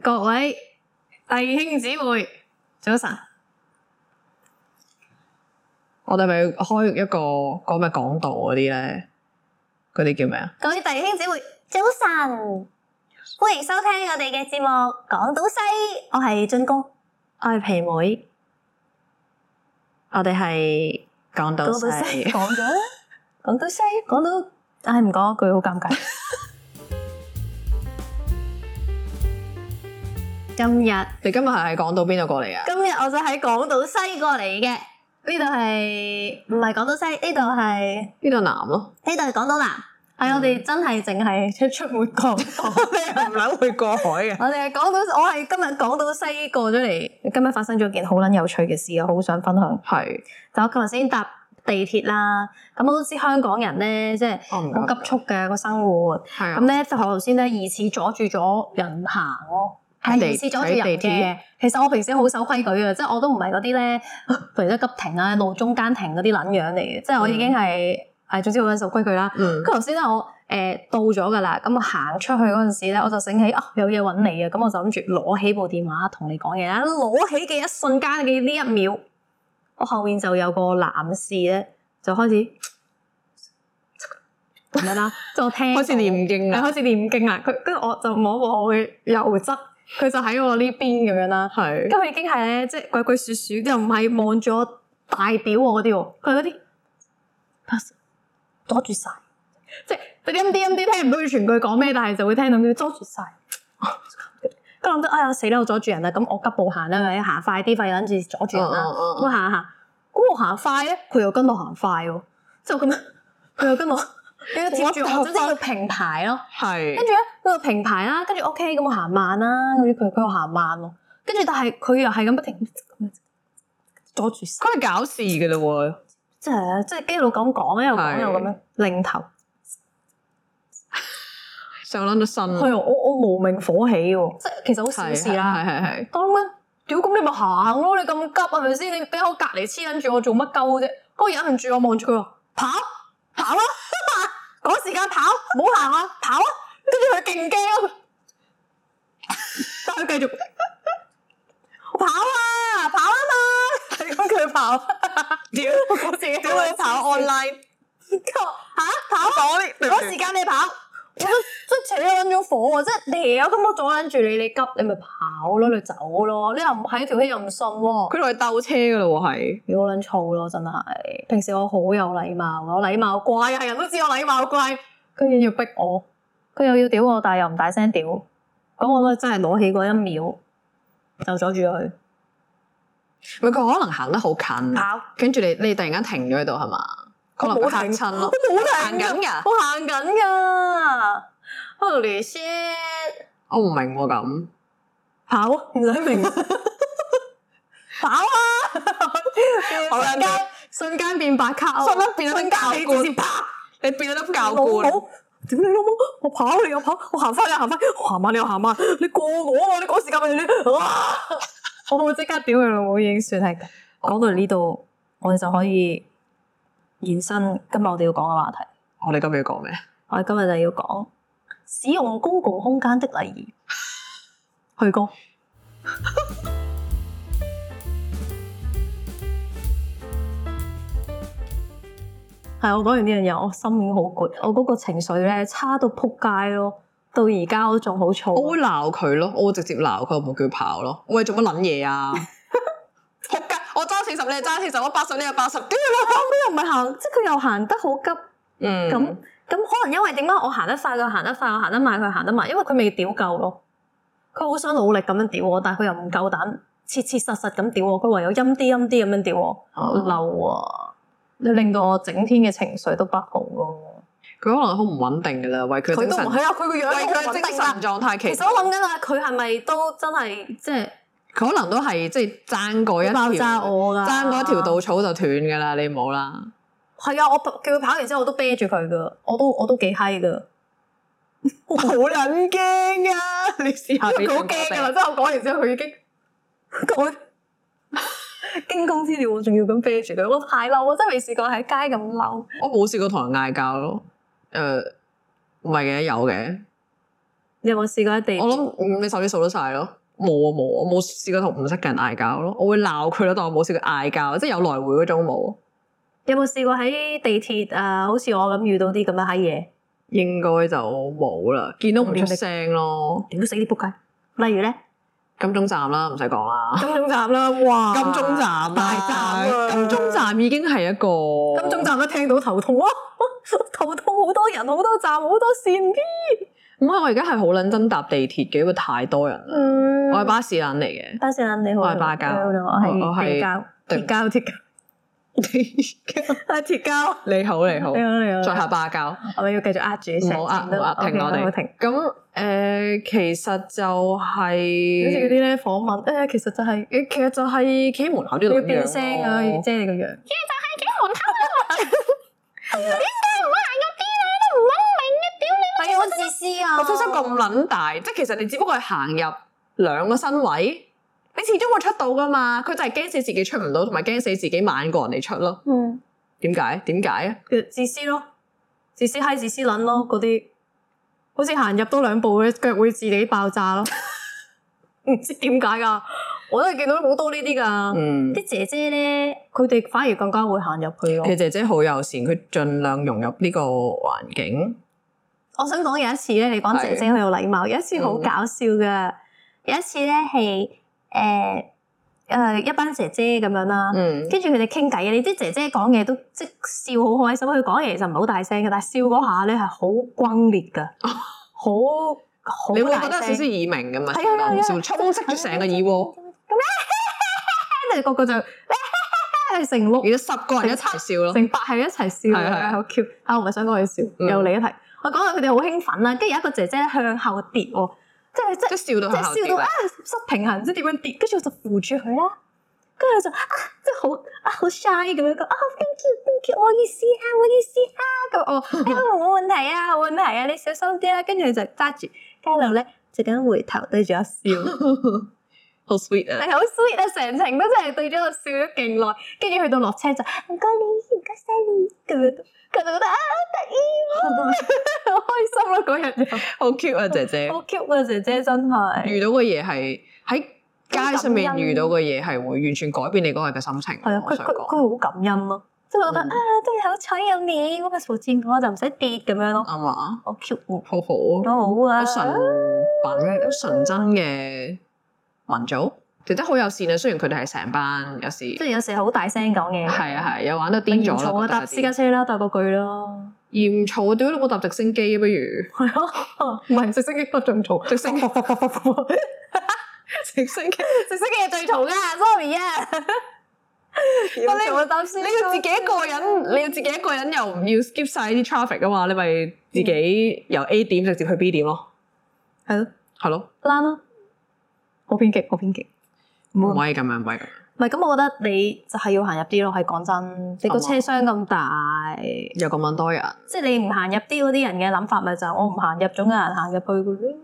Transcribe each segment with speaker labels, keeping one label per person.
Speaker 1: 各位弟兄姊妹，早晨！
Speaker 2: 我哋咪要開一個講咩講道嗰啲咧？嗰啲叫咩啊？
Speaker 1: 各位弟兄姊妹，
Speaker 3: 早晨，歡迎收聽我哋嘅節目《港島西》，我係俊哥，
Speaker 1: 我係皮妹，
Speaker 2: Ờ,
Speaker 1: 我哋係講到西，
Speaker 3: 講咗啦，港島西，講到，唉唔講一句好尷尬。
Speaker 1: 今日
Speaker 2: 你今日係講到邊度過嚟啊？
Speaker 3: 今日我就喺港島西過嚟嘅，
Speaker 1: 呢度係
Speaker 3: 唔係港島西，呢度係
Speaker 2: 呢度南咯，
Speaker 3: 呢度係港島南，
Speaker 1: 係我哋真係淨係出出沒講，
Speaker 2: 唔撚會過海嘅。
Speaker 1: 我哋係講到我係今日講到西過咗嚟，今日發生咗件好撚有趣嘅事，我好想分享。
Speaker 2: 係，
Speaker 1: 就我頭先搭地鐵啦，咁我都知香港人咧，即係
Speaker 2: 我唔
Speaker 1: 好
Speaker 2: 急，
Speaker 1: 急促嘅個生活。
Speaker 2: 係啊
Speaker 1: 咁，咧，就頭先咧疑似阻住咗人行咯，
Speaker 2: 喺
Speaker 1: 係
Speaker 2: 地
Speaker 1: 疑似阻住人
Speaker 2: 喺地
Speaker 1: 嘅
Speaker 2: 鐵。
Speaker 1: 其實我平時好守規矩嘅，即係我都唔係嗰啲咧， 譬如即急停啊、路中間停嗰啲撚樣嚟嘅，即係我已經係誒、總之好撚守規矩啦。
Speaker 2: 嗯
Speaker 1: 跟，住頭先咧，啊我誒、到咗噶啦，咁我行出去嗰陣時咧，我就醒起啊有嘢揾你啊，咁我就諗住攞起部電話同你講嘢啦。攞起嘅一瞬間嘅呢一秒，我後面就有個男士咧就開始咁樣啦，就聽
Speaker 2: 開始
Speaker 1: 到
Speaker 2: 念經
Speaker 1: 係
Speaker 2: 啦，
Speaker 1: 開始念經啦。佢跟住我就摸摸我嘅右側，佢就喺我呢邊咁樣啦。
Speaker 2: 係
Speaker 1: 跟，住佢已經係咧，即係鬼鬼祟祟，又唔係望住我大表我嗰啲喎，佢嗰啲 pass 阻住晒，即係佢陰啲陰啲聽唔到佢全句講咩，但係就會聽到佢阻住晒。佢諗到哎呀死啦，我阻住人啦，咁我急步行啦，咪行快啲，費事諗住阻住人啦。咁
Speaker 2: 嗯嗯嗯
Speaker 1: 我行行，咁我行快咧，佢又跟我行快喎，之後咁樣，佢又跟我，佢又貼住我，總之要平排咯。
Speaker 2: 係
Speaker 1: 跟，住咧，佢又平排啦，跟住 OK，咁我行慢啦，跟住佢佢又行慢喎，跟住但係佢又係咁不停咁樣阻住手，
Speaker 2: 佢係搞事嘅嘞喎，
Speaker 1: 即係即係一路咁講，一路講
Speaker 2: 係
Speaker 1: 一路咁樣擰頭，
Speaker 2: 上撚咗身啦，
Speaker 1: 係啊我我無名火起喎，即係其實好小事啦。
Speaker 2: 係係係，
Speaker 1: 當咩？屌咁你咪行咯，你咁急係咪先？你俾我隔離黐撚住我做乜鳩啫？嗰個忍唔住我望住佢話跑跑啊，趕時間跑，唔好行啊，跑啊！跟住佢勁驚啊，但係佢繼續。跑啊，跑啊嘛，係咁佢跑，
Speaker 2: 屌，
Speaker 1: 我自己
Speaker 2: 屌你跑 online，
Speaker 1: 吓跑，
Speaker 2: 講你
Speaker 1: 嗰時間你跑，我都即係扯撚咗火啊喎，即係你有咁我阻撚住你，你急你咪跑咯，你走咯，你又唔喺條氣又唔信喎，
Speaker 2: 佢落去鬥車嘅嘞喎，係，
Speaker 1: 屌撚燥咯，真係。平時我好有禮貌，我禮貌乖啊，係人都知我禮貌乖，居然要逼我，佢又要屌我，但係又唔大聲屌，咁我都真係攞起嗰一秒就阻住佢
Speaker 2: 咪佢可能行得好近，啊
Speaker 1: 跑。
Speaker 2: 跟住你你突然間停咗喺度係嘛？可能
Speaker 1: 啊我冇
Speaker 2: 佢
Speaker 1: 停
Speaker 2: 嚇親咯，
Speaker 1: 我冇
Speaker 2: 行
Speaker 1: 停㗎
Speaker 2: 緊㗎，
Speaker 1: 我行緊㗎，Holy shit！
Speaker 2: 我唔明喎咁。
Speaker 1: 跑唔使 明，跑啊！
Speaker 2: 好啦
Speaker 1: 瞬間瞬間變白卡啊！
Speaker 2: 瞬間變咗
Speaker 1: 瞬間
Speaker 2: 教
Speaker 1: 你
Speaker 2: 官
Speaker 1: 直接啪！
Speaker 2: 你變咗粒
Speaker 1: 老
Speaker 2: 教
Speaker 1: 母
Speaker 2: 官，！
Speaker 1: 屌你老母！我跑你又跑，我行翻你又行翻，我行慢你又行慢，你過我啊！你趕時間咪你啊！我會即刻屌佢老母已經算係講到呢度，我哋就可以延伸今日我哋要講嘅話題。
Speaker 2: 我哋今日要講咩？
Speaker 1: 我哋今日就要講使用公共空間的禮儀。去哥，係我講完呢樣嘢，我心已經好攰，我嗰個情緒咧差到撲街咯，到而家我仲好
Speaker 2: 我
Speaker 1: 燥啊
Speaker 2: 會。鬧佢咯，我會直接鬧佢，我冇叫佢跑咯。喂，做乜撚嘢 啊？仆街！我揸四十，你係揸四十，我八十，你係八十，屌你
Speaker 1: 佢又唔係行，即係佢又行得好急。
Speaker 2: 老母！嗯
Speaker 1: 咁咁可能因為點解我行得快，佢行得快，我行得慢，佢行得慢，因為佢未屌夠咯。佢好想努力咁樣屌我，但係佢又唔夠膽切切實實咁屌我，佢唯有陰啲陰啲咁樣屌我，好
Speaker 2: 哦
Speaker 1: 嬲啊！你令到我整天嘅情緒都不好咯。
Speaker 2: 佢可能好唔穩定噶啦，為佢
Speaker 1: 佢
Speaker 2: 精
Speaker 1: 都
Speaker 2: 神，
Speaker 1: 唔係啊，佢個樣
Speaker 2: 為
Speaker 1: 都
Speaker 2: 佢
Speaker 1: 好
Speaker 2: 嘅
Speaker 1: 穩
Speaker 2: 精
Speaker 1: 定
Speaker 2: 神
Speaker 1: 㗎。
Speaker 2: 狀態，
Speaker 1: 其
Speaker 2: 其
Speaker 1: 實我諗緊啊，佢係咪都真係即係
Speaker 2: 佢可能都係即係爭過一條
Speaker 1: 爆炸我啊㗎？
Speaker 2: 爭過一條稻草就斷㗎啦，你冇啦。
Speaker 1: 係啊！我叫佢跑完之後，我都啤住佢噶，我都我都幾嗨噶。
Speaker 2: 好撚驚啊！ 你試下俾
Speaker 1: 佢好驚噶
Speaker 2: 啊
Speaker 1: 啦，即係我講完之後，佢已經 佢驚弓之鳥，我仲要咁啤住佢，我太嬲，我真係未試過喺街咁嬲。
Speaker 2: 呃我冇試過同人嗌交咯。誒、唔係嘅，有嘅。
Speaker 1: 你有冇試過喺地
Speaker 2: 我諗嗯你手指數得晒咯。冇啊冇啊，我冇試過同唔識嘅人嗌交咯。我會鬧佢咯，但我冇試過嗌交，即係有來回嗰種冇。
Speaker 1: 有冇試過喺地鐵啊？好似我咁遇到啲咁樣閪嘢，
Speaker 2: 應該就冇啦，見到唔出聲咯。
Speaker 1: 屌死啲仆街！例如 咧，
Speaker 2: 金鐘站啦，唔使講啦。
Speaker 1: 金鐘站啦，哇！
Speaker 2: 金鐘站啊
Speaker 1: 大站啊！
Speaker 2: 金鐘站已經係一個
Speaker 1: 金鐘站一聽到頭痛啊， 頭痛好多人，好多站，好多線
Speaker 2: 唔係我而家係好撚憎搭地鐵嘅，因為太多人啦。
Speaker 1: 嗯，
Speaker 2: 我係巴士撚嚟 嘅，
Speaker 3: 巴
Speaker 1: 啊
Speaker 3: 士你好，
Speaker 2: 我係巴膠
Speaker 3: 你好我
Speaker 2: 我我
Speaker 3: 係
Speaker 2: 係
Speaker 1: 鐵膠，
Speaker 2: 對
Speaker 1: 鐵膠，鐵膠，啊鐵膠，
Speaker 2: 你好你好
Speaker 1: 你，好你好，
Speaker 2: 在下巴交。
Speaker 1: 啊我咪要繼續呃嗯住，成
Speaker 2: 唔好呃
Speaker 1: 程都
Speaker 2: 唔好呃停
Speaker 1: OK，
Speaker 2: 我哋
Speaker 1: 好停。
Speaker 2: 咁誒、呃其實就
Speaker 1: 好似嗰啲
Speaker 2: 係、
Speaker 1: 咧訪問，誒其實就係
Speaker 2: 其實就係企喺門口呢
Speaker 1: 你
Speaker 2: 度
Speaker 1: 要
Speaker 2: 咁
Speaker 1: 變
Speaker 2: 樣
Speaker 1: 聲啊，
Speaker 2: 咯
Speaker 1: 要遮你個樣。
Speaker 3: 係啊好自私啊！
Speaker 1: 哦
Speaker 2: 個中心咁撚大，即係其實你只不過係行入兩個身位，你始終會出到噶嘛。佢就係驚死自己出唔到，同埋驚死自己慢過人哋出咯。
Speaker 3: 嗯，
Speaker 2: 點解？點解啊？
Speaker 1: 嘅嗯自私咯，自私閪自私撚
Speaker 2: 嗯
Speaker 1: 咯，嗰啲好似行入多兩步嘅腳會自己爆炸咯， 唔知點解噶，我都係見到好多呢啲噶，
Speaker 2: 嗯，
Speaker 3: 啲姐姐咧，
Speaker 1: 佢哋反而更加會行入去咯
Speaker 2: 其。實姐姐好友善，佢盡量融入呢個環境。
Speaker 1: 我想講有一次咧，你講姐姐好有禮貌，有一次
Speaker 2: 嗯
Speaker 1: 好搞笑嘅，
Speaker 3: 有一次咧係誒誒一班姐姐咁樣啦。
Speaker 2: 嗯，
Speaker 1: 跟住佢哋傾偈，你啲姐姐講嘢都即笑好開心，佢講嘢其實唔係好大聲嘅，但係笑嗰下咧係好轟烈噶，好好
Speaker 2: 哦你會覺
Speaker 1: 大
Speaker 2: 得有少
Speaker 1: 聲
Speaker 2: 少耳鳴咁啊？
Speaker 1: 係啊係啊係啊
Speaker 2: 少充斥住成個耳窩，
Speaker 1: 跟住個個就 成碌
Speaker 2: 而。家十個人一 齊笑咯。
Speaker 1: 成百係一齊笑
Speaker 2: 係
Speaker 1: 嘅，
Speaker 2: 係
Speaker 1: 好 Q。啊，我唔係想講佢笑，
Speaker 2: 嗯
Speaker 1: 又嚟一題。我講到佢哋好興奮啦，跟住有一個姐姐向後跌喎，即係即
Speaker 2: 即
Speaker 1: 係
Speaker 2: 係笑到
Speaker 1: 即
Speaker 2: 佢後
Speaker 1: 係
Speaker 2: 跌
Speaker 1: 笑到
Speaker 2: 啦
Speaker 1: 啊失平衡，唔知點樣跌，跟住我就扶住佢啦。跟住佢就啊，即係好啊好 shy 咁樣講啊，thank you，thank you，我意思啊，我意思啊，咁我哎冇問題啊，冇問題啊，你小心啲啦。跟住佢就揸住街路咧，就咁回頭對住 我笑。
Speaker 2: 好 sweet 啊！
Speaker 1: 係好 sweet 啊！成程都真係對咗我笑咗勁耐，跟住去到落車就唔該你，唔該晒你咁樣，佢就覺得啊 好開心啊咯嗰日
Speaker 2: 好 cute 啊，姐姐
Speaker 1: 又，。好 cute 啊姐姐真係，
Speaker 2: 遇到嘅嘢係喺街上面遇到嘅嘢係會完全改變你嗰日嘅心情。
Speaker 1: 係啊
Speaker 2: 我
Speaker 1: 佢
Speaker 2: 想
Speaker 1: 佢
Speaker 2: 講
Speaker 1: 佢好感恩咯，即係覺得
Speaker 2: 嗯
Speaker 1: 啊真係好彩有你，我咪扶住我就唔使跌咁樣咯，
Speaker 2: 啱啊，
Speaker 1: 好 cute 喎，
Speaker 2: 好好，
Speaker 1: 好
Speaker 2: 好，
Speaker 1: 啊
Speaker 2: 純品、純真嘅民族，其實好友善啊。雖然佢哋係成班，有時
Speaker 1: 即係有時好大聲講嘢，
Speaker 2: 係啊係，又玩得癲咗
Speaker 1: 嘈啊
Speaker 2: 啦。
Speaker 1: 搭私家車啦，搭個句咯，
Speaker 2: 嫌嘈啊！屌你冇搭直升機啊，不如
Speaker 1: 係咯， 唔係直升機都仲嘈，直 升
Speaker 2: 直升機。
Speaker 1: 食星期日最嘈噶，sorry 啊！我啊你我擔心
Speaker 2: 你要自己一個人，你要自己一個人又唔要 skip 晒啲 traffic 啊嘛，你咪自己由 A 點直接去 B 點咯，
Speaker 1: 係咯，
Speaker 2: 係咯，
Speaker 1: 躝咯，好偏激，好偏激。唔
Speaker 2: 唔
Speaker 1: 好
Speaker 2: 可以咁樣，唔可以咁樣。
Speaker 1: 唔係咁，我覺得你就係要行入啲咯。係講真，
Speaker 2: 啊
Speaker 1: 你個車廂咁大，
Speaker 2: 有咁撚多人，
Speaker 1: 即係你唔行入啲嗰啲人嘅諗法，咪就係我唔行入，總有人行入去嘅咯。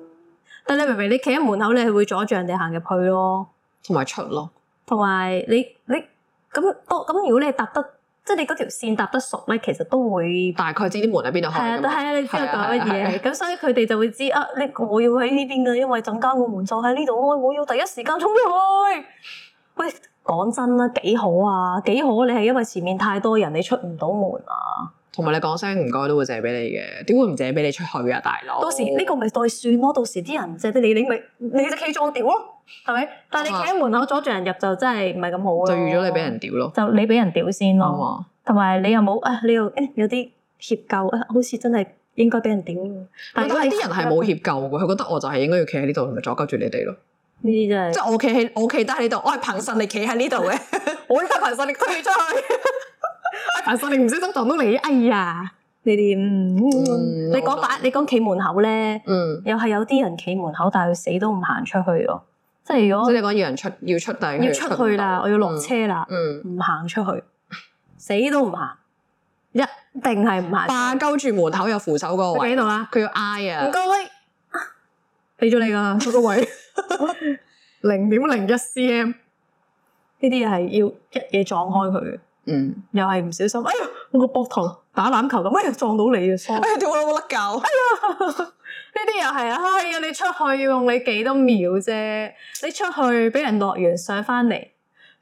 Speaker 1: 但你明唔明？你企喺門口，你係會阻住人哋行入去咯。
Speaker 2: 同埋出咯，
Speaker 1: 同埋你你咁多咁，如果你搭得即係你嗰條線搭得熟咧，其實都會
Speaker 2: 大概知啲門喺邊度
Speaker 1: 係啊，
Speaker 2: 開㗎
Speaker 1: 都
Speaker 2: 嘛。
Speaker 1: 係啊，你知道講乜
Speaker 2: 係啊係啊係
Speaker 1: 嘢，咁所以佢哋就會知啊，你我要喺呢邊嘅，因為陣間個門就喺呢度，我我要第一時間衝入去。喂，講真啦，幾好啊，幾好啊！你係因為前面太多人，你出唔到門啊。
Speaker 2: 同埋你講聲唔該都會借俾你嘅，點會唔借俾你出去啊，大佬？
Speaker 1: 到時呢個咪再算咯，到時啲人借得你，你咪你就企撞屌咯，係咪？但係你企喺門口阻住人入就真係唔係咁好咯。
Speaker 2: 啊
Speaker 1: 啊
Speaker 2: 就預咗你俾人，屌咯，
Speaker 1: 就你俾人屌先
Speaker 2: 啱
Speaker 1: 咯。
Speaker 2: 啊！
Speaker 1: 同埋你又冇啊，你又誒有啲歉疚啊，好似真係應該俾人屌喎。
Speaker 2: 但
Speaker 1: 如果
Speaker 2: 係
Speaker 1: 你
Speaker 2: 啲人係冇歉疚嘅，佢覺得我就係應該要企喺呢度，咪阻鳩住你哋咯。
Speaker 1: 呢啲真係
Speaker 2: 即。係我企喺我企得喺呢度，我係憑實力企喺呢度嘅， 我依家憑實力推出去。
Speaker 1: 阿信，你唔小心撞到你，哎呀！你哋嗯，
Speaker 2: 嗯
Speaker 1: 你講擺，你講企門口咧，
Speaker 2: 嗯，
Speaker 1: 又係有啲人企門口，但係佢死都唔行出去咯。即係如
Speaker 2: 即係
Speaker 1: 果
Speaker 2: 你講要人出哦要出，但係佢
Speaker 1: 要出去
Speaker 2: 唔
Speaker 1: 啦，
Speaker 2: 到
Speaker 1: 我要落。車啦，
Speaker 2: 嗯，嗯
Speaker 1: 唔行出去，死都唔行，一定係唔
Speaker 2: 霸
Speaker 1: 行。
Speaker 2: 鳩住門口有扶手嗰個
Speaker 1: 佢企
Speaker 2: 位，
Speaker 1: 喺度啊！
Speaker 2: 佢要挨啊
Speaker 1: 唔。該，俾咗你噶嗰個位， 零點零一 cm，呢啲係要一嘢撞開佢，
Speaker 2: 嗯，
Speaker 1: 又係唔小心，哎呀，我個膊頭打籃球咁，哎呀撞到你啊，sorry
Speaker 2: 哎呀，屌我老母甩臼！
Speaker 1: 呢啲又係啊，係啊，你出去要用你幾多秒啫？你出去俾人落完上翻嚟，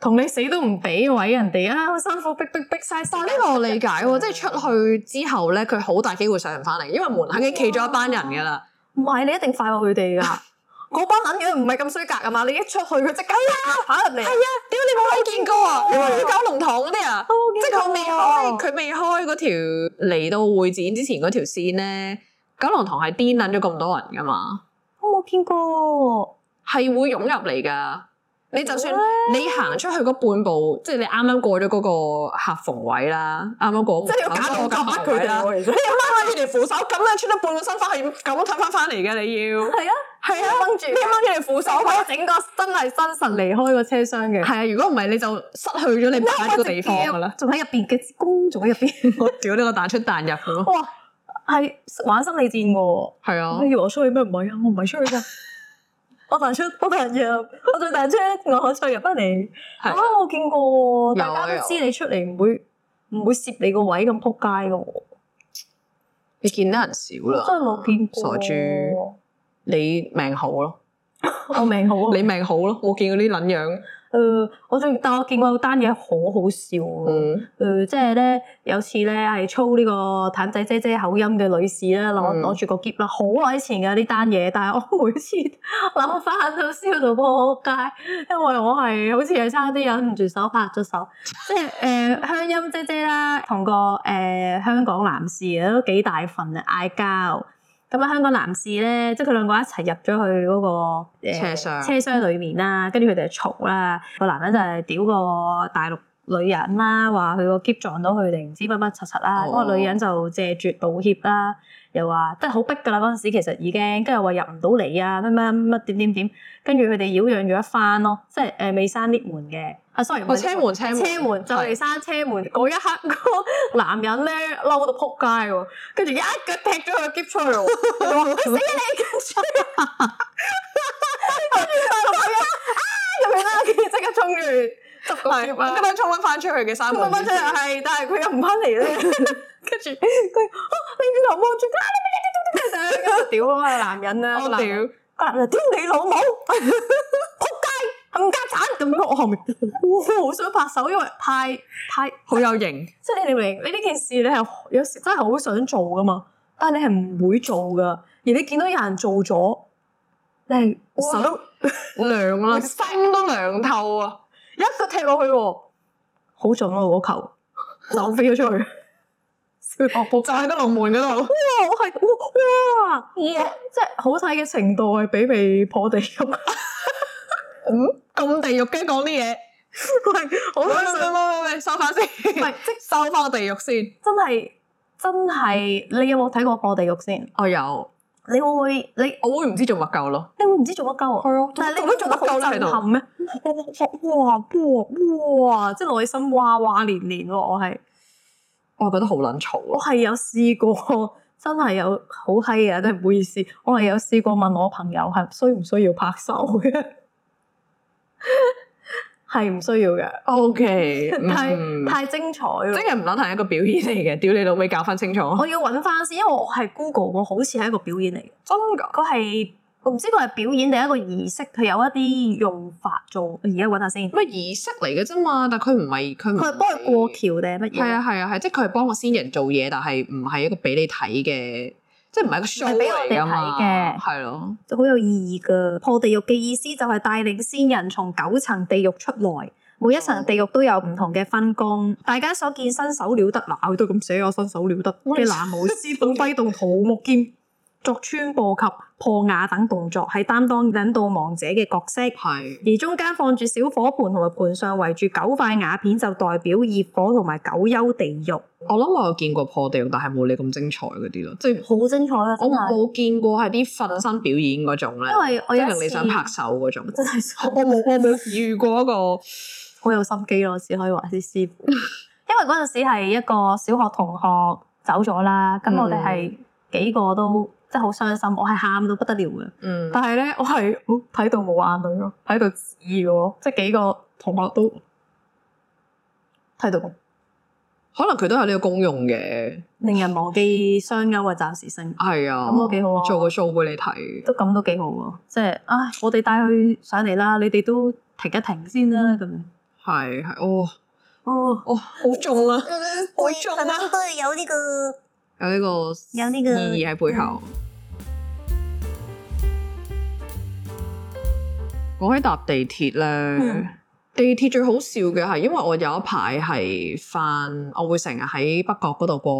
Speaker 1: 同你死都唔俾位人哋啊！好辛苦逼逼逼晒時間，
Speaker 2: 但呢個我理解喎，即係出去之後咧，佢好大機會上唔翻嚟，因為門口已經企咗一班人㗎啦。
Speaker 1: 唔係你一定快過佢哋㗎。 嗰班撚樣唔係咁衰格啊嘛！你一出去佢即刻跑入嚟，
Speaker 2: 係啊，屌你冇睇見過啊！你話去九龍塘嗰啲啊，即係佢未開，佢未開嗰條嚟到會展之前嗰條線咧，九龍塘係癲撚咗咁多人㗎嘛，
Speaker 3: 我冇見過，
Speaker 2: 係會湧入嚟㗎。你就算你行出去嗰半步，即係你啱啱過咗嗰個客房位啦，啱啱過，
Speaker 1: 即係你要假到夾呃佢哋
Speaker 2: 啦。
Speaker 1: 喎。其實
Speaker 2: 你要掹開佢條扶手，咁樣穿咗半個身翻去，咁樣褪翻翻嚟嘅你要。
Speaker 1: 係啊，
Speaker 2: 係啊，
Speaker 1: 掹住
Speaker 2: 你掹住條扶手
Speaker 1: 我可以整個真係真實離開個車廂嘅。
Speaker 2: 係啊，如果唔係你就失去咗你擺喺個地方㗎啦。
Speaker 1: 仲喺入邊嘅工，仲喺入邊。
Speaker 2: 我屌呢個彈出彈入咁咯。
Speaker 1: 哇，係玩心理戰喎。
Speaker 2: 係啊
Speaker 1: 你，以為我出去咩？唔係啊，我唔係出 去㗎。我彈出，我彈入，我再彈出，我再入翻嚟。啊，
Speaker 2: 係
Speaker 1: 我見過喎，
Speaker 2: 有啊
Speaker 1: 大家都知你出嚟唔會唔會攝你個位咁撲街嘅喎，
Speaker 2: 你見得人少
Speaker 1: 真係冇見過。
Speaker 2: 啊傻豬，你命好咯，
Speaker 1: 我命好啊。
Speaker 2: 你命好咯，我見嗰啲撚樣，
Speaker 1: 誒，我仲但我見過有單嘢好好笑喎。
Speaker 2: 嗯，
Speaker 1: 誒、呃即係咧有次咧係操呢個淡仔姐姐口音嘅女士咧，攞
Speaker 2: 嗯
Speaker 1: 攞住個篋啦，好耐前嘅呢單嘢，但係我每 次諗翻都笑到撲街，因為我係好似係差啲忍唔住手拍咗手，即係誒、呃鄉音姐姐啦，同個誒、香港男士都幾大份啊嗌交。咁啊，香港男士咧，即係佢兩個一齊入咗去嗰、個、
Speaker 2: 車
Speaker 1: 誒
Speaker 2: 廂
Speaker 1: 車廂裏面啦，跟住佢哋就嘈啦，個男人就係屌個大陸女人啦，話佢個篋撞到佢哋唔知乜乜柒柒啦，咁、
Speaker 2: 哦
Speaker 1: 個女人就謝絕道歉啦，又話真係好逼㗎啦嗰陣時其實已經，跟住又話入唔到嚟啊乜乜乜點點點，跟住佢哋擾攘咗一番咯，即係誒未閂 lift 門嘅，啊 sorry，唔
Speaker 2: 我哦嗯
Speaker 1: 係
Speaker 2: 車門車門
Speaker 1: 車門就嚟
Speaker 2: 係
Speaker 1: 閂車門嗰一刻，個男人咧嬲到撲街喎，跟住一腳踢咗佢個篋出 去喎，佢話死你！跟住跟哎住佢就咁樣啊咁樣啦，跟住即刻衝住去執個
Speaker 2: 係，
Speaker 1: 篋啦
Speaker 2: 咁。樣衝翻出去嘅三
Speaker 1: 佢
Speaker 2: 個
Speaker 1: 問翻出嚟係，但係佢又唔翻嚟咧。跟住佢啊，你轉頭望住佢啊，你你你你你你屌啊男人啊！
Speaker 2: 我
Speaker 1: 個男人
Speaker 2: 屌，
Speaker 1: 個男人屌你老母，仆街冚家產咁樣，我後面哇好想拍手，因為太太
Speaker 2: 好有型，
Speaker 1: 即係你明唔明？你呢件事你係有時真係好想做噶嘛，但係你係唔會做噶，而你見到有人做咗，你係
Speaker 2: 哇
Speaker 1: 手
Speaker 2: 涼啊啦，心都涼透啊！
Speaker 1: 一腳踢落去喎，好準喎嗰球，就飛咗出去。
Speaker 2: 就喺得龍門嗰度，
Speaker 1: 哇！我係哇哇，即係好睇嘅程度係比被破地咁，
Speaker 2: 嗯，咁地獄嘅講啲嘢，
Speaker 1: 係
Speaker 2: 喂
Speaker 1: 好想
Speaker 2: 喂喂喂喂，收翻先，
Speaker 1: 唔係即
Speaker 2: 收翻個地獄先。
Speaker 1: 真係真係，你有冇睇過破地獄先？
Speaker 2: 我哦有，
Speaker 1: 你會唔會你
Speaker 2: 我會唔知做乜鳩咯。
Speaker 1: 你會唔知做乜鳩啊？
Speaker 2: 啊
Speaker 1: 但係你
Speaker 2: 都
Speaker 1: 會
Speaker 2: 做乜
Speaker 1: 做得
Speaker 2: 鳩
Speaker 1: 好
Speaker 2: 啦喺
Speaker 1: 震撼
Speaker 2: 度。
Speaker 1: 咩？哇哇哇哇！即係內心哇哇連連喎，我係
Speaker 2: 我覺得好撚嘈啊
Speaker 1: 我
Speaker 2: 咯。
Speaker 1: 係有試過，真係有好閪啊！真係唔好意思，我係有試過問我朋友係需唔需要拍手嘅，係唔需要嘅。
Speaker 2: O K，
Speaker 1: 太太嗯精彩
Speaker 2: 嗯真
Speaker 1: 咯！
Speaker 2: 係唔撚係一個表演嚟嘅，屌你老味，搞翻清楚。
Speaker 1: 我要揾翻先，因為我係 Google，我好似係一個表演嚟嘅。
Speaker 2: 真㗎，
Speaker 1: 佢係我唔知佢係表演定係一個儀式，佢有一啲用法做。而家揾下先，佢
Speaker 2: 咩儀式嚟嘅啫嘛，但佢唔係佢唔
Speaker 1: 係幫佢過橋定係乜嘢？
Speaker 2: 係啊係啊係，即係佢係幫個先人做嘢，但係唔係一個俾你睇嘅，即係唔係一個 show
Speaker 1: 唔係俾我
Speaker 2: 嚟
Speaker 1: 哋
Speaker 2: 㗎嘛，
Speaker 1: 睇嘅
Speaker 2: 係咯，
Speaker 1: 好有意義㗎。破地獄嘅意思就係帶領先人從九層地獄出來，每一層地獄都有唔同嘅分工。大家所見身手了得，嗱佢都咁寫我身手了得
Speaker 2: 喂
Speaker 1: 嘅喃巫師本揮動桃木劍。作穿破及破瓦等動作，係擔當引導亡者嘅角色。
Speaker 2: 係
Speaker 1: 而中間放住小火盆同埋盤上圍住九塊瓦片，就代表熱火同埋九幽地獄，
Speaker 2: 我諗我有見過破地獄，但係冇你咁精彩嗰啲咯，即係
Speaker 1: 好精彩啊！
Speaker 2: 我
Speaker 1: 真係，
Speaker 2: 冇見過係啲瞓身表演嗰種咧，
Speaker 1: 因為我
Speaker 2: 即
Speaker 1: 有
Speaker 2: 係
Speaker 1: 一
Speaker 2: 令你
Speaker 1: 次
Speaker 2: 想拍手嗰種。
Speaker 1: 真係想
Speaker 2: 我冇我冇遇過一個，
Speaker 1: 好有心機咯，只可以話啲師 傅。因為嗰陣時係一個小學同學走咗啦，咁我哋係幾個都即係好傷心，我係喊到不得了嘅。
Speaker 2: 嗯，
Speaker 1: 但係咧，我係哦睇到冇眼淚咯，睇到止嘅喎，即係幾個同學都睇到咁
Speaker 2: 可能佢都有呢個功用嘅，
Speaker 1: 令人忘記雙休嘅暫時性，
Speaker 2: 係啊，
Speaker 1: 咁都幾好啊
Speaker 2: 做個 show 俾你睇，
Speaker 1: 都咁都幾好喎。即係，唉，我哋帶佢上嚟啦，你哋都停一停先啦，咁樣。
Speaker 2: 係係哦
Speaker 1: 哦，
Speaker 2: 哦，好重 啊，好重啊
Speaker 3: 都有呢個。
Speaker 2: 有呢個
Speaker 3: 有呢個
Speaker 2: 意義喺背後。
Speaker 1: 嗯
Speaker 2: 講起搭地鐵咧，
Speaker 1: 嗯
Speaker 2: 地鐵最好笑嘅係，因為我有一排係翻，我會成日喺北角嗰度過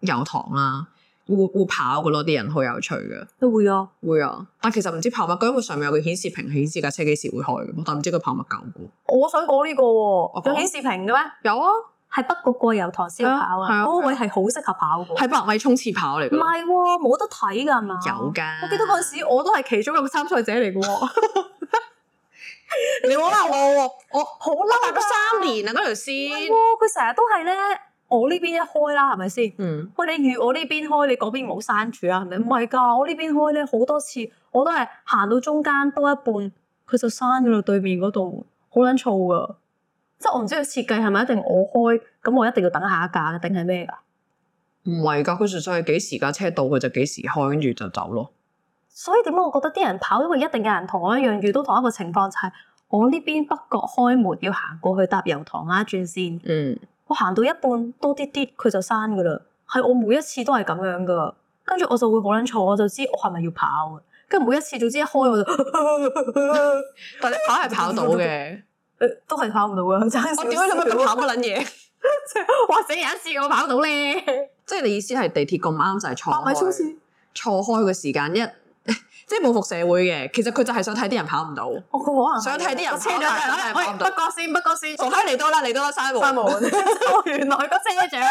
Speaker 2: 油塘啦，會會跑嘅咯，啲人好有趣嘅。
Speaker 1: 都會啊。
Speaker 2: 會啊，但其實唔知跑乜狗，因為上面有個顯示屏顯示架車幾時會開嘅，但唔知佢跑乜狗嘅。
Speaker 1: 我想哦講呢個
Speaker 2: 我
Speaker 1: 喎，
Speaker 2: 講
Speaker 1: 有顯示屏嘅咩？
Speaker 2: 有啊，
Speaker 1: 係北角過油塘燒跑
Speaker 2: 係
Speaker 1: 啊，
Speaker 2: 啊
Speaker 1: 嗰個位係好啊適合跑嘅喎。
Speaker 2: 係百米衝刺跑嚟
Speaker 1: 唔
Speaker 2: 嘅。
Speaker 1: 係喎，冇得睇㗎係嘛？
Speaker 2: 有㗎
Speaker 1: 我記得嗰陣時我都係其中一個參賽者嚟嘅喎。
Speaker 2: 你冇鬧我喎，我
Speaker 1: 好
Speaker 2: 我
Speaker 1: 嬲
Speaker 2: 搭咗三年啊嗰條線
Speaker 1: 係喎，。佢成日都係咧，我呢邊一開啦，係咪先？
Speaker 2: 嗯，
Speaker 1: 喂，你預我呢邊開，你嗰邊冇山柱啊？係咪？唔係㗎，我呢邊開咧好多次，我都係行到中間多一半，佢就閂咗落對面嗰度，好撚燥㗎。即係我唔知佢設計係咪一定我開，咁我一定要等下一架定係咩㗎？
Speaker 2: 唔係㗎，佢純粹係幾時架車到，佢就幾時開，跟住就走咯。
Speaker 1: 所以點解我覺得啲人跑，因為一定有人同我一樣遇到同一個情況，就係、我呢邊北角開門要行過去搭油塘啦轉線，
Speaker 2: 嗯，
Speaker 1: 我行到一半多啲啲佢就閂噶啦，係我每一次都係咁樣噶，跟住我就會好撚錯，我就知我係咪要跑啊，跟住每一次總之一開我就
Speaker 2: 但你跑係跑到嘅。
Speaker 1: 誒都係跑唔到噶，爭少少
Speaker 2: 我點解你咪咁跑乜撚嘢？
Speaker 1: 啊 哇死有一次我跑到咧，
Speaker 2: 即係你意思係地鐵咁啱就係錯
Speaker 1: 百米衝
Speaker 2: 開，
Speaker 1: 線，
Speaker 2: 錯開嘅時間一， 即係報復社會嘅。其實佢就係想睇啲人跑唔到。
Speaker 1: 我佢可能
Speaker 2: 想睇啲人
Speaker 1: 啊個車
Speaker 2: 跑
Speaker 1: 長就
Speaker 2: 但係
Speaker 1: 係
Speaker 2: 真係跑
Speaker 1: 喂
Speaker 2: 唔到
Speaker 1: 北角線北角線。
Speaker 2: 傻閪嚟到啦，嚟到啦，閂門。
Speaker 1: 閂門， 原來個車長，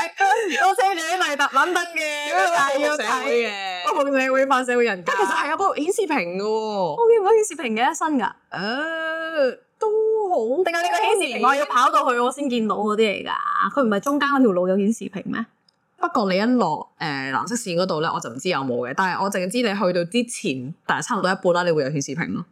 Speaker 1: 個車長 係特撚登嘅，但係要睇
Speaker 2: 嘅
Speaker 1: 我奉社會反社會人格。
Speaker 2: 但其實係有個顯示屏嘅喎。
Speaker 1: 我見唔到顯示屏嘅一身㗎，
Speaker 2: 誒，呃都好。
Speaker 1: 定係你個顯示屏我要跑到去我先見到嗰啲嚟㗎？佢唔係中間嗰條路有顯示屏咩？
Speaker 2: 不過你一落誒、藍色線嗰度咧，我就唔知有冇嘅。但係我淨係知你去到之前，但係差唔多一半啦，你會有顯示屏 咯。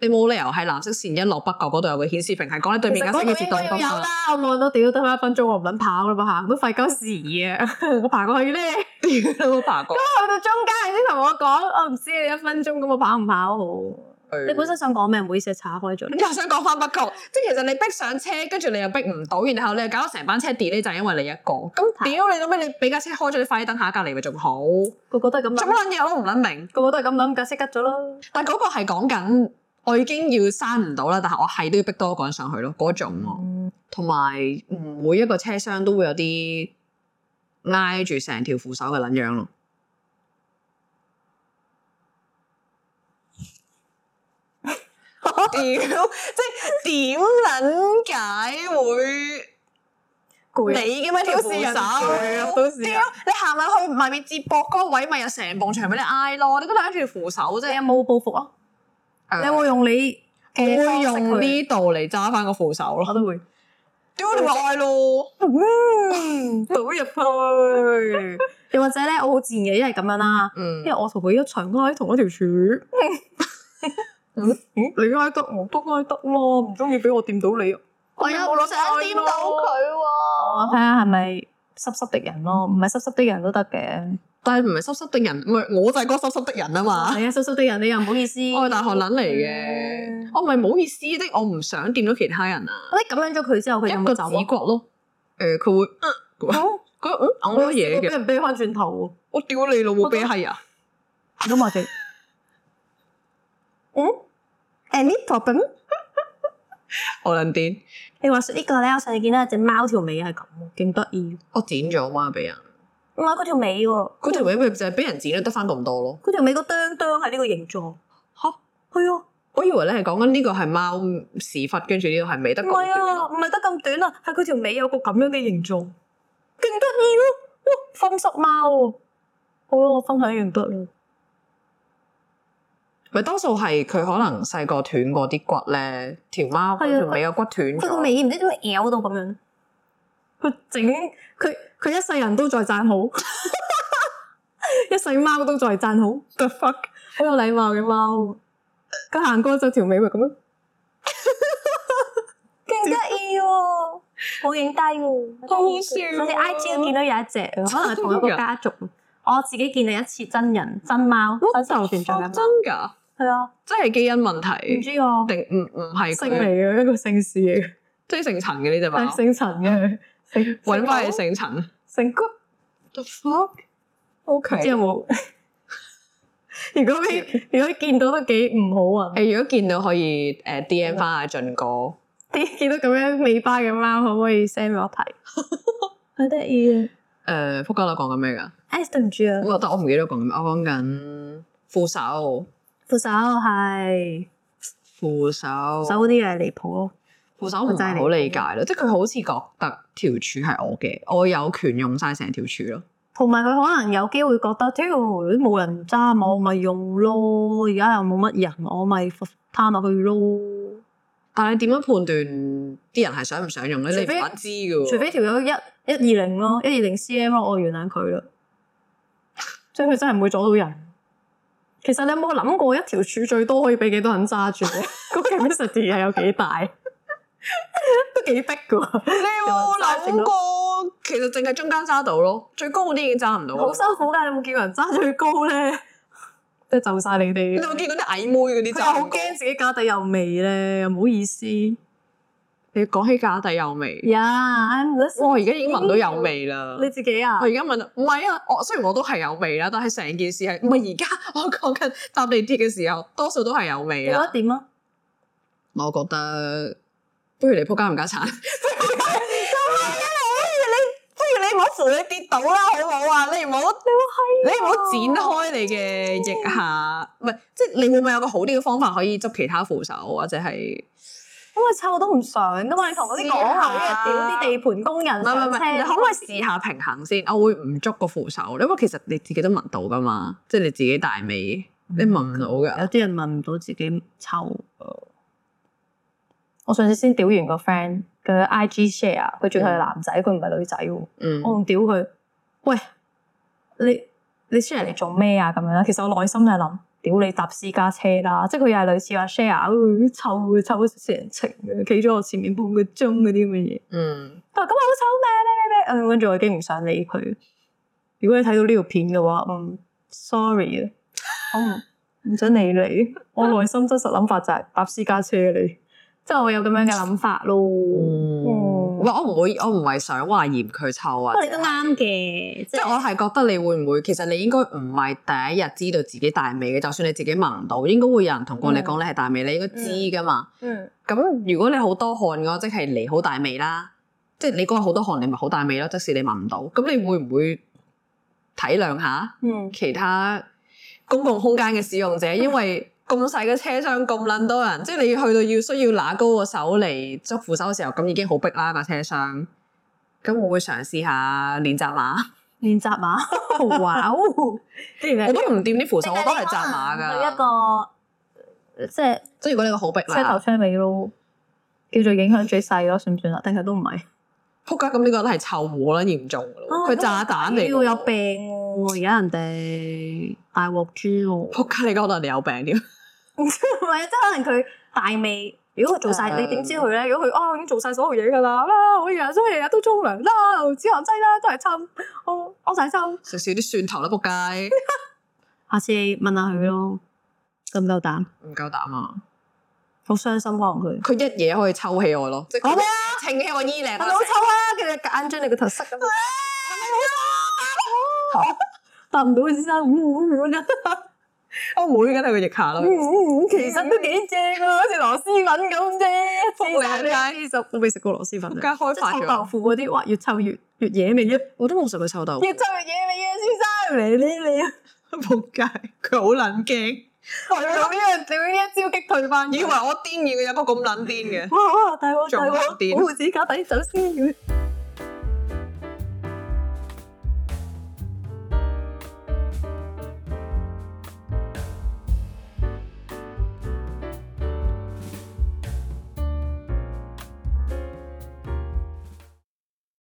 Speaker 2: 你冇理由喺藍色線一落北角嗰度有個顯示屏，係講你對面間新嘅鐵道
Speaker 1: 有
Speaker 2: 局
Speaker 1: 啦，我望到屌得翻一分鐘，我唔撚跑啦嘛行都費鳩事 啊！我爬過去咧，去
Speaker 2: 屌都爬過
Speaker 1: 到中間你先同我講，我唔知你一分鐘咁我跑唔跑好？
Speaker 2: 去。
Speaker 1: 你本身想講咩？唔好意思，岔開咗。
Speaker 2: 又想講翻北角，即係其實你逼上車，跟住你又逼唔到，然後你又搞到成班車 delay 就係因為你一個。咁屌你咁咩？你俾架車開咗，你快啲等下一架嚟咪仲好？做
Speaker 1: 個個都係咁諗，
Speaker 2: 乜撚嘢我都唔撚明。
Speaker 1: 個個都係咁諗，格式吉咗咯。
Speaker 2: 但嗰個係講緊，我已經要閂唔到啦，但係我係都要逼多一個人上去咯，嗰種咯。同埋嗯每一個車廂都會有啲拉住成條扶手嘅撚樣 咯。屌！即係點撚解會
Speaker 1: 攰啊
Speaker 2: 你嘅咩條
Speaker 1: 都
Speaker 2: 扶
Speaker 1: 市人攰啊
Speaker 2: 手？
Speaker 1: 都市人
Speaker 2: 屌！你行埋去埋面接駁嗰個位，咪有成埲牆俾你挨咯？你都拉住扶手啫
Speaker 1: 你。有冇報復啊？
Speaker 2: À.
Speaker 1: 你有冇用你嘅
Speaker 2: 會
Speaker 1: 方式去
Speaker 2: 用呢度嚟揸翻個扶手
Speaker 1: 我
Speaker 2: 咯。
Speaker 1: 都會。
Speaker 2: 屌你咪愛咯！
Speaker 1: 嗯，倒入去。又或者咧，我好賤嘅，因為咁樣啦，
Speaker 2: 嗯
Speaker 1: 因為我同佢一齊挨同一條柱。嗯你挨得，我都挨得咯，唔中意俾我掂到你。
Speaker 2: 我又唔想掂到佢喎。
Speaker 1: 睇下係咪濕濕的人咯，唔係濕濕的人都得嘅。
Speaker 2: 但係唔係濕濕的人，唔係我就係嗰個濕濕的人啊 嘛。
Speaker 1: 你啊，濕濕的人，你又唔好意思。
Speaker 2: 我係大學撚嚟嘅
Speaker 1: 嗯，
Speaker 2: 我唔係唔好意思的，我唔想掂到其他人啊。
Speaker 1: 你咁樣咗佢之後，佢有
Speaker 2: 一
Speaker 1: 冇
Speaker 2: 個
Speaker 1: 走啊
Speaker 2: 指角咯，誒佢會嗯
Speaker 1: 哦
Speaker 2: 佢嗯咬
Speaker 1: 我
Speaker 2: 好多
Speaker 1: 有
Speaker 2: 嘢
Speaker 1: 試過俾
Speaker 2: 嘅，
Speaker 1: 人啤翻轉頭
Speaker 2: 我屌你老母
Speaker 1: 我都
Speaker 2: 啤閪啊！
Speaker 1: 喎。咁我哋。
Speaker 2: 嗯
Speaker 3: Any problem？
Speaker 2: 我撚癲，
Speaker 1: 你話說呢個咧，我上次見到有隻貓條尾係咁喎，勁得意。
Speaker 2: 我剪咗嘛俾人，
Speaker 3: 唔係嗰條尾喎，
Speaker 2: 嗰條尾咪就係俾人剪咗得翻咁多咯。
Speaker 1: 佢條尾個啄啄係呢個形狀。
Speaker 2: 嚇！
Speaker 1: 係啊，
Speaker 2: 我以為咧係講緊呢個係貓屎忽，跟住呢個係美得
Speaker 1: 唔
Speaker 2: 咁
Speaker 1: 係
Speaker 2: 短咯
Speaker 1: 啊，唔係得咁短啊，係佢條尾有個咁樣嘅形狀，勁得意咯。哇，分濕貓喎。好啦，我分享完畢啦。
Speaker 2: 咪多數係佢可能細個斷過啲骨咧，條貓
Speaker 1: 係啊
Speaker 2: 條尾個骨斷
Speaker 3: 佢個
Speaker 2: 咗。哦
Speaker 3: 尾唔知點解咬到咁樣。
Speaker 1: 佢整佢佢一世人都在讚 好，一世貓都在讚好。The fuck，好有禮貌嘅貓。 佢行過就條尾咪咁咯，
Speaker 3: 勁得意喎！好影低喎，
Speaker 2: 好好笑
Speaker 3: 上
Speaker 2: 啊
Speaker 3: 次 I G 見到有一隻喎，可能係同一個家族。我自己見到一次真人真貓，真實存在嘅
Speaker 2: 哦
Speaker 3: 貓
Speaker 2: 真，㗎，
Speaker 3: 係啊，
Speaker 2: 真係基因問
Speaker 1: 唔
Speaker 2: 題
Speaker 1: 知我
Speaker 2: 定唔唔係
Speaker 1: 姓
Speaker 2: 佢
Speaker 1: 嚟
Speaker 3: 啊
Speaker 1: 嘅一個姓氏嚟
Speaker 2: 即係姓陳嘅呢只
Speaker 1: 嘅，
Speaker 2: 貓，
Speaker 1: 姓陳嘅，姓
Speaker 2: 揾翻係姓陳。
Speaker 1: 姓谷，
Speaker 2: The fuck？OK，
Speaker 1: 唔知有 冇？如果你如果見到都幾唔好啊！
Speaker 2: 誒，如果見到可以誒 D M 翻阿俊哥，
Speaker 1: 啲見到咁樣尾巴嘅貓，可唔可以 send 俾我睇？
Speaker 3: 好得意
Speaker 2: 誒福家佬講緊咩㗎？
Speaker 3: 啊！S 對唔住啊，
Speaker 2: 我但我唔記得講緊咩，我講緊副手，
Speaker 3: 副手係
Speaker 2: 副手，
Speaker 3: 手嗰啲嘢離譜咯，
Speaker 2: 副手唔係好理解咯，即係佢好似覺得條柱係我嘅，我有權用晒成條柱咯。
Speaker 3: 同埋佢可能有機會覺得，屌都冇人揸，我咪用咯，而家又冇乜人，我咪攤落去咯。
Speaker 2: 但係你點樣判斷啲人係想唔想用咧？你
Speaker 1: 除非
Speaker 2: 唔知嘅喎，
Speaker 1: 除非條友一一二零咯，一二零 cm 咯，哦我原諒佢啦。即係佢真係唔會阻到人。其實你有冇諗過一條柱最多可以俾幾多人揸住咧？個 capacity 係有幾大？ 都幾逼噶喎，
Speaker 2: 你有冇諗過？其實淨係中間揸到咯，最高嗰啲已經揸唔到啦。
Speaker 1: 好辛苦㗎！你有冇見過人揸最高咧？即係就晒你
Speaker 2: 你
Speaker 1: 哋。
Speaker 2: 有冇見到啲矮妹嗰啲
Speaker 1: 佢
Speaker 2: 揸
Speaker 1: 又
Speaker 2: 唔
Speaker 1: 好
Speaker 2: 到？
Speaker 1: 驚自己家底有味咧，唔好意思。
Speaker 2: 你講起架底有味，
Speaker 1: Yeah，I'm listening。
Speaker 2: 哇！而家已經聞到有味啦。
Speaker 1: 你自己啊
Speaker 2: 我？而家問啦，唔係啊，我雖然我都係有味啦，但係成件事係唔係而家我講緊搭地鐵嘅時候，多數都係有
Speaker 3: 你
Speaker 2: 味
Speaker 3: 覺
Speaker 2: 啦
Speaker 3: 得。點啊？
Speaker 2: 我覺得不如你仆街唔家產，不如你唔好扶你跌倒啦，好唔好啊？你唔好你唔好展開你嘅腋下，唔係即係你會唔會有個好啲嘅方法可以執其他扶手或者係
Speaker 3: 因為湊都唔想噶嘛，你同嗰啲講
Speaker 2: 試下
Speaker 3: 下，屌啲地盤工人
Speaker 2: 唔係
Speaker 3: 上
Speaker 2: 唔係唔
Speaker 3: 車，
Speaker 2: 係？你可唔可以試下平衡先？我會唔捉個扶手，因為其實你自己都聞到噶嘛，即係你自己大尾，你聞唔到㗎。
Speaker 1: 有啲人問唔到自己臭。我上次先屌完個 friend 嘅 IG share，佢仲係男仔，佢唔係女仔喎。我
Speaker 2: 嗯，
Speaker 1: 仲屌佢，喂，你你 share 嚟做咩啊？咁樣啦，其實我內心就係諗，屌你搭私家車啦，即係佢又係類似話 share，臭臭成程嘅，企咗我前面半個鐘嗰啲咁嘅嘢。
Speaker 2: 嗯，
Speaker 1: 佢啊話咁我好醜咩咩咩咩，嗯跟住我已經唔想理佢。如果你睇到呢條片嘅話，嗯，sorry 啊，我唔唔想理你。我內心真實諗法就係搭私家車啊你，即係我有咁樣嘅諗法咯。嗯
Speaker 2: 嗯唔係我唔會，我唔係想話嫌佢臭啊
Speaker 3: 不過。你都啱嘅，
Speaker 2: 即
Speaker 3: 即
Speaker 2: 係
Speaker 3: 係
Speaker 2: 我係覺得你會唔會，其實你應該唔係第一日知道自己大尾嘅，就算你自己聞唔到，應該會有人同過你講你係大尾，你應該知噶嘛。
Speaker 3: 嗯
Speaker 2: 咁、如果你好多汗嘅話，即係你好大尾啦，即係你嗰日好多汗，你咪好大尾咯。即使你聞唔到，咁你會唔會體諒下
Speaker 3: 嗯，
Speaker 2: 其他公共空間嘅使用者？因為咁細嘅車廂咁撚多人，即係你要去到要需要拿高個手嚟捉扶手嘅時候，咁已經好逼啦架車廂。咁我會嘗試下練習下。
Speaker 1: 練習馬， 哇哦！既然
Speaker 2: 我
Speaker 1: 係
Speaker 2: 都唔掂啲扶手，我都係扎馬
Speaker 3: 佢一
Speaker 2: 㗎。
Speaker 3: 個即係
Speaker 2: 即係啊如果你個好逼
Speaker 1: 車頭
Speaker 2: 啦，
Speaker 1: 車尾咯，叫做影響最細咯，算唔算啊？定係都唔係？
Speaker 2: 仆街咁呢個都係臭狐啦，嚴重㗎
Speaker 1: 哦
Speaker 2: 咯。佢炸彈嚟㗎
Speaker 3: 要
Speaker 2: 喎。
Speaker 3: 有病喎，而家人哋大鑊豬喎。
Speaker 2: 仆街，你覺得你有病添？
Speaker 3: 唔係，即係可能佢大味。如果佢做晒，你點知佢咧？如果佢
Speaker 1: 啊，我已經做晒所有嘢㗎啦，啦，我日日都日日都沖涼啦，止汗劑啦，都係抽，我我晒抽。
Speaker 2: 食少啲蒜頭啦，仆街！
Speaker 3: 下次問下佢咯，夠唔夠膽？
Speaker 2: 唔夠膽啊！
Speaker 3: 好傷心可能佢。
Speaker 2: 佢一嘢可以抽起我咯，即係
Speaker 3: 我咩
Speaker 2: 啊？清起我衣領
Speaker 1: 我
Speaker 2: 啊
Speaker 1: 好！臭啊！佢哋夾硬將你個頭塞咁。
Speaker 3: 答唔到先生，嗯嗯嗯嗯
Speaker 2: 我妹梗係佢腋下咯，
Speaker 1: Ừ, 嗯，其實都幾正啊，好似螺絲粉咁啫。
Speaker 2: 仆你
Speaker 1: 其實我未食過螺絲粉
Speaker 2: 仆
Speaker 1: 嘅
Speaker 2: 街，開
Speaker 1: 即
Speaker 2: 發
Speaker 1: 係臭豆
Speaker 2: 咗。
Speaker 1: 腐嗰啲，哇，越臭越越野味啊！
Speaker 2: 我都冇食過臭豆腐
Speaker 1: 越，臭越野味啊，先生嚟呢你啊！
Speaker 2: 仆街！佢好撚驚，
Speaker 1: 我用呢樣用呢一招擊退翻佢。
Speaker 2: 以為我癲嘅，有個咁撚癲嘅。
Speaker 1: 哇哇！大鑊
Speaker 2: 仲
Speaker 1: 大
Speaker 2: 黑
Speaker 1: 鑊，
Speaker 2: 點
Speaker 1: 保護自己家底走先。